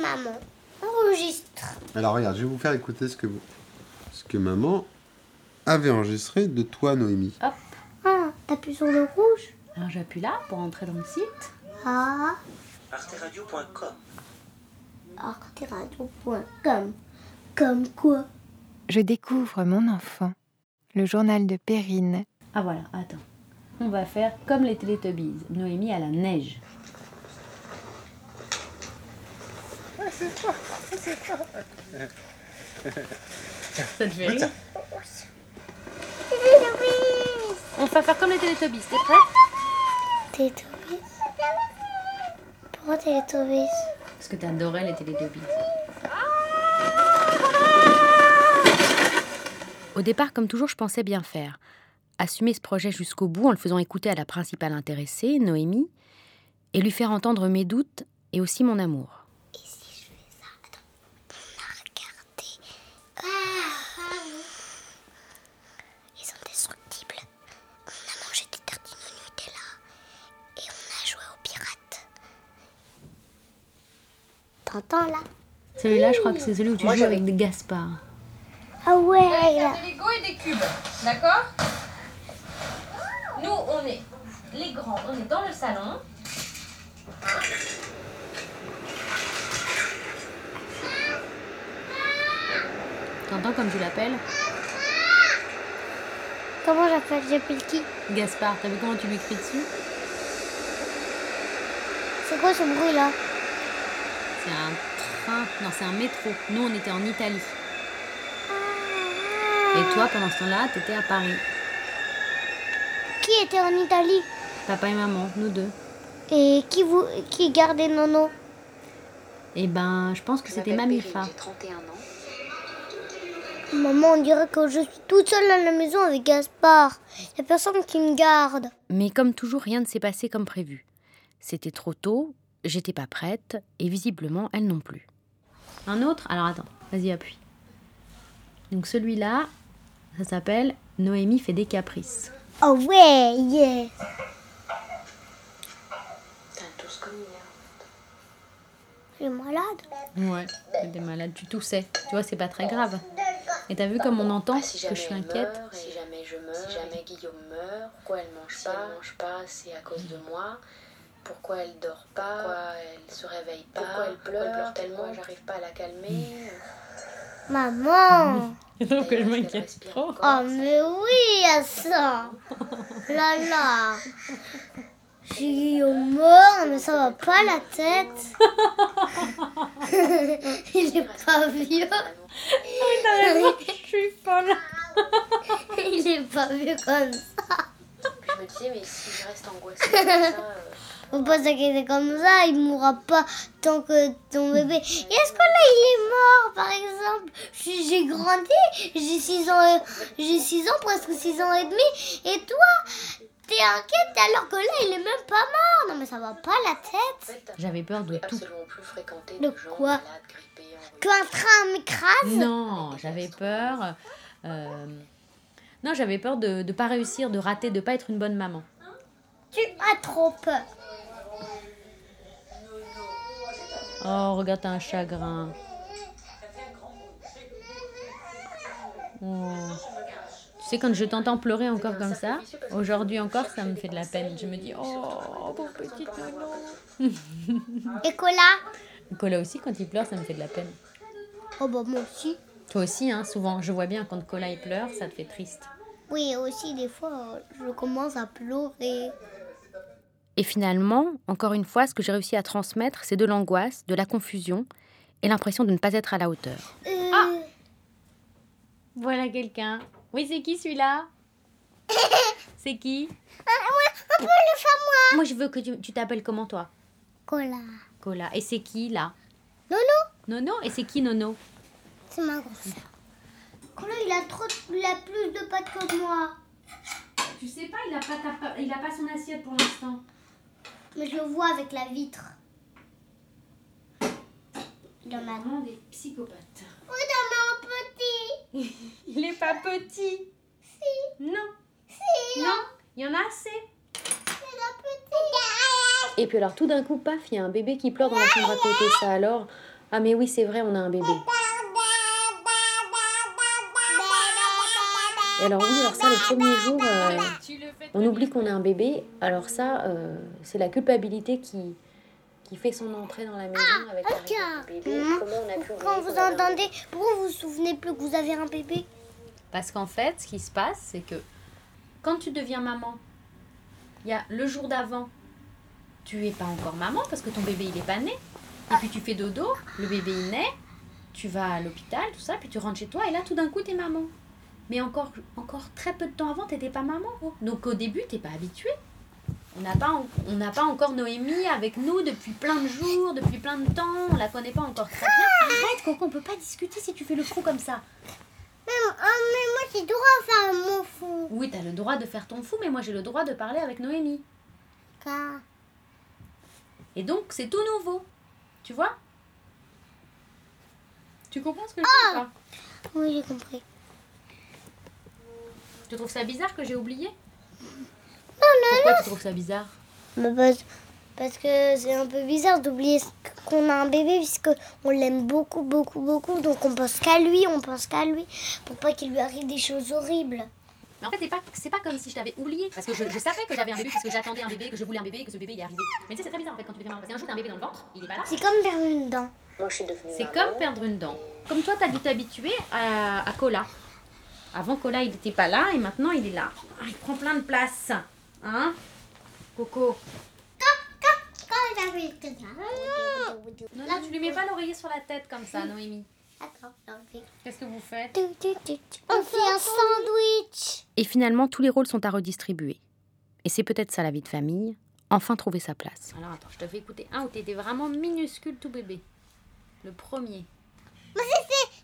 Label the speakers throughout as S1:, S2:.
S1: maman. Enregistre.
S2: Alors regarde, je vais vous faire écouter ce que vous... ce que maman avait enregistré de toi, Noémie.
S3: Hop.
S1: Ah, t'appuies sur le rouge.
S3: Alors Hein, j'appuie là pour entrer dans le site.
S1: Ah,
S4: arteradio.com
S1: arteradio.com. Comme quoi
S5: Je découvre mon enfant. Le journal de Perrine.
S3: Ah voilà, attends. On va faire comme les Teletubbies. Noémie à la neige. Ça te fait rire On va faire comme les Teletubbies, t'es prêt
S1: Télétobis. Pourquoi Télétobis
S3: Parce que t'adorais les Teletubbies. Au départ, comme toujours, je pensais bien faire. Assumer ce projet jusqu'au bout en le faisant écouter à la principale intéressée, Noémie, et lui faire entendre mes doutes et aussi mon amour.
S1: Et si je fais ça Attends, on a regardé. Ah, ah. Ils sont indestructibles. On a mangé des tartines au Nutella. Et on a joué aux pirates. T'entends là
S3: Celui-là, je crois que c'est celui où tu
S4: Moi,
S3: joues
S4: j'avais-
S3: avec Gaspard.
S1: Ah ouais
S6: faire des Lego et des cubes, d'accord Nous, on est les grands, on est dans le salon.
S3: T'entends comme je l'appelle
S1: Comment j'appelle J'appelle qui
S3: Gaspard, t'as vu comment tu lui cries dessus
S1: C'est quoi ce bruit là
S3: C'est un train, non, c'est un métro. Nous, on était en Italie. Et toi, pendant ce temps-là, t'étais à Paris.
S1: Qui était en Italie
S3: Papa et maman, nous deux.
S1: Et qui, vous, qui gardait Nono
S3: Eh ben, je pense que c'était Mamifa.
S1: Maman, on dirait que je suis toute seule à la maison avec Gaspard. Il a personne qui me garde.
S3: Mais comme toujours, rien ne s'est passé comme prévu. C'était trop tôt, j'étais pas prête, et visiblement, elle non plus. Un autre Alors attends, vas-y, appuie. Donc celui-là, ça s'appelle Noémie fait des caprices.
S1: Oh ouais, yeah. Je suis malade.
S3: Ouais, t'es malade, tu toussais. Tu vois, c'est pas très grave. Et t'as vu comme on
S7: Ah,
S3: entend que je suis inquiète
S7: Si jamais je meurs, si jamais Guillaume meurt, pourquoi elle mange pas elle mange pas, c'est à cause
S3: Mm.
S7: de moi. Pourquoi elle dort pas Pourquoi elle se réveille pas Pourquoi elle pleure, tellement J'arrive pas à la calmer.
S1: Maman.
S3: Et donc
S7: Est-ce qu'elle respire encore
S1: Oh mais oui, à ça. Là là. J'ai Guillaume mort, mais ça va pas la tête. Il est pas vieux.
S3: Ah je suis folle.
S1: Il est pas vieux comme ça.
S7: Je me disais, mais si je reste angoissée comme ça, euh,
S1: Faut pas s'inquiéter comme ça, il mourra pas tant que ton bébé. Et est-ce que là il est mort par exemple J'ai j'ai grandi, j'ai 6 ans, euh, j'ai 6 ans, presque 6 ans et demi, et toi t'es inquiète alors que là il est même pas mort. Non mais ça va pas la
S7: en
S1: tête
S7: fait,
S3: J'avais peur de tout.
S7: absolument plus fréquentée
S1: De
S7: de gens
S1: quoi
S7: malades, grippés, enrhumés.
S1: Qu'un train m'écrase
S3: Non, j'avais peur. euh, Non, j'avais peur de ne pas réussir, de rater, de pas être une bonne maman.
S1: Tu as trop peur.
S3: Oh, regarde, t'as un chagrin. Oh. Tu sais, quand je t'entends pleurer encore comme ça, aujourd'hui encore, ça me fait de la peine. Je me dis, oh, pauvre petite
S1: Et que là
S3: Cola aussi, quand il pleure, ça me fait de la peine.
S1: Oh bah moi aussi.
S3: Toi aussi, hein, souvent. Je vois bien quand Cola il pleure, ça te fait triste.
S1: Oui aussi des fois euh, je commence à pleurer.
S3: Et finalement, encore une fois, ce que j'ai réussi à transmettre, c'est de l'angoisse, de la confusion et l'impression de ne pas être à la hauteur.
S1: Euh,
S3: Voilà quelqu'un. Oui, c'est qui celui-là C'est qui Moi, je veux que tu tu t'appelles comment toi
S1: que là
S3: Cola. Et c'est qui là
S1: Nono
S3: Nono Et c'est qui Nono
S1: C'est ma grosse sœur. Colin, il a trop, il a plus de pattes que moi.
S3: Je sais pas, il a pas, il a pas son assiette pour l'instant.
S1: Mais je le vois avec la vitre. Il en a. Oh,
S3: Vraiment des psychopathes.
S1: Oui, t'en as un petit.
S3: Il est pas petit Si Non Si Non Il y en a assez Et puis alors tout d'un coup, paf, il y a un bébé qui pleure dans la chambre à côté. Ça alors Ah mais oui, c'est vrai, on a un bébé. Et alors oui, alors ça, le premier jour, euh, on oublie qu'on a un bébé. Alors ça, euh, c'est la culpabilité qui, qui fait son entrée dans la maison avec la
S1: Tiens.
S7: Bébé,
S1: Mmh.
S7: comment on a pu
S1: Quand
S7: oublier
S1: vous
S7: qu'on avait un
S1: entendez, pourquoi vous vous souvenez plus que vous avez un bébé
S3: Parce qu'en fait, ce qui se passe, c'est que quand tu deviens maman, il y a le jour d'avant, tu es pas encore maman parce que ton bébé il est pas né. Et puis tu fais dodo, le bébé il naît, tu vas à l'hôpital, tout ça, puis tu rentres chez toi et là tout d'un coup t'es maman. Mais encore, encore très peu de temps avant, t'étais pas maman. Donc au début, t'es pas habitué. On n'a pas, en- on n'a pas encore Noémie avec nous depuis plein de jours, depuis plein de temps. On la connaît pas encore très bien. Arrête, Coco, on peut pas discuter si tu fais le fou comme ça.
S1: Moi, j'ai droit à faire mon fou.
S3: Oui, t'as le droit de faire ton fou, mais moi j'ai le droit de parler avec Noémie.
S1: Car...
S3: Et donc c'est tout nouveau. Tu vois Tu comprends ce que je dis ou pas
S1: Oui, j'ai compris.
S3: Tu trouves ça bizarre que j'ai oublié Pourquoi tu trouves ça bizarre
S1: Mais parce, parce que c'est un peu bizarre d'oublier ce- qu'on a un bébé puisque on l'aime beaucoup, beaucoup, beaucoup. Donc on pense qu'à lui, on pense qu'à lui pour pas qu'il lui arrive des choses horribles.
S3: Mais en fait, c'est pas, c'est pas comme si je t'avais oublié. Parce que je, je savais que j'avais un bébé, parce que j'attendais un bébé, que je voulais un bébé, et que ce bébé il est arrivé. Mais tu sais, c'est très bizarre en fait quand tu deviens maman. Parce qu'un jour, t'as un bébé dans le ventre, il est pas là.
S1: C'est comme perdre une dent.
S7: bébé Moi, je suis devenue
S3: C'est
S7: maman.
S3: comme perdre une dent. Comme toi, t'as dû t'habituer à, à Cola. Avant Cola, il n'était pas là et maintenant il est là. Ah, il prend plein de place. Hein Coco.
S1: Quand il arrive, c'est ça.
S3: Non, non, tu lui mets pas l'oreiller sur la tête comme ça, Noémie. Qu'est-ce que vous faites
S1: On fait un sandwich.
S3: Et finalement, tous les rôles sont à redistribuer. Et c'est peut-être ça la vie de famille, enfin trouver sa place. Alors attends, je te fais écouter un où t'étais vraiment minuscule tout bébé. Le premier.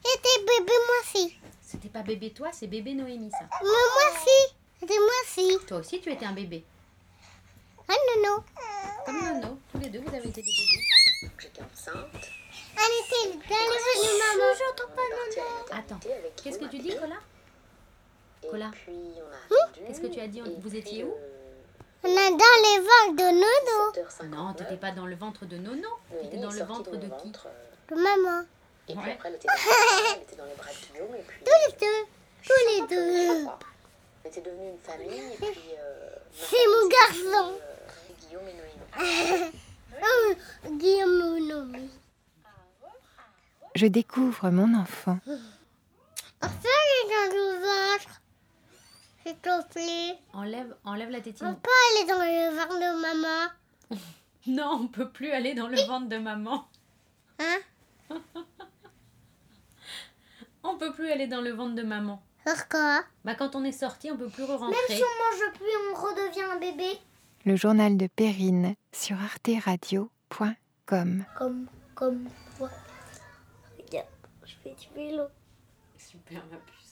S1: C'était bébé moi si.
S3: C'était pas bébé toi, c'est bébé Noémie ça.
S1: Mais moi si. C'était moi si.
S3: Toi aussi, tu étais un bébé.
S1: Ah non non.
S3: Comme Nono, tous les deux, vous avez été des bébés.
S7: J'étais enceinte.
S1: Allez, c'est allez, maman. J'entends pas.
S7: partie à la maternité
S3: Attends,
S7: avec
S3: qu'est-ce que
S7: Guillaume.
S3: tu dis, Cola
S7: Et
S3: Cola.
S7: puis, on a attendu.
S3: Qu'est-ce que tu as dit On-
S7: Et
S3: Vous étiez
S7: puis,
S3: où
S7: euh,
S1: On est dans les vagues de Nono.
S7: 7h59,
S3: Non, t'étais pas dans le ventre de Nono. T'étais
S7: Noémie
S3: dans
S7: est
S3: le
S7: sortie
S3: ventre
S7: de
S3: de
S7: mon
S3: qui
S7: ventre, euh,
S1: Le maman.
S7: Et puis
S3: Ouais.
S7: après, elle était dans les bras- elle était dans les bras de Guillaume. Et puis, tous
S1: Deux. Tous les deux.
S7: On était devenus une famille. Et puis, euh,
S1: C'est mon garçon.
S7: euh, Guillaume et Noémie.
S1: Oh, Guillaume Nomi.
S5: Je découvre mon enfant.
S1: Enfin, il est dans le ventre. S'il te plaît.
S3: Enlève, enlève la tétine.
S1: Papa, il est dans le ventre de maman.
S3: Non, on peut plus aller dans le ventre de maman.
S1: Hein
S3: On peut plus aller dans le ventre de maman.
S1: Pourquoi
S3: Bah quand on est sorti, on peut plus re-rentrer.
S1: on mange plus, on redevient un bébé.
S5: Le journal de Perrine sur arteradio.com.
S1: Comme, comme, quoi. Regarde, je fais du vélo.
S3: Super ma puce.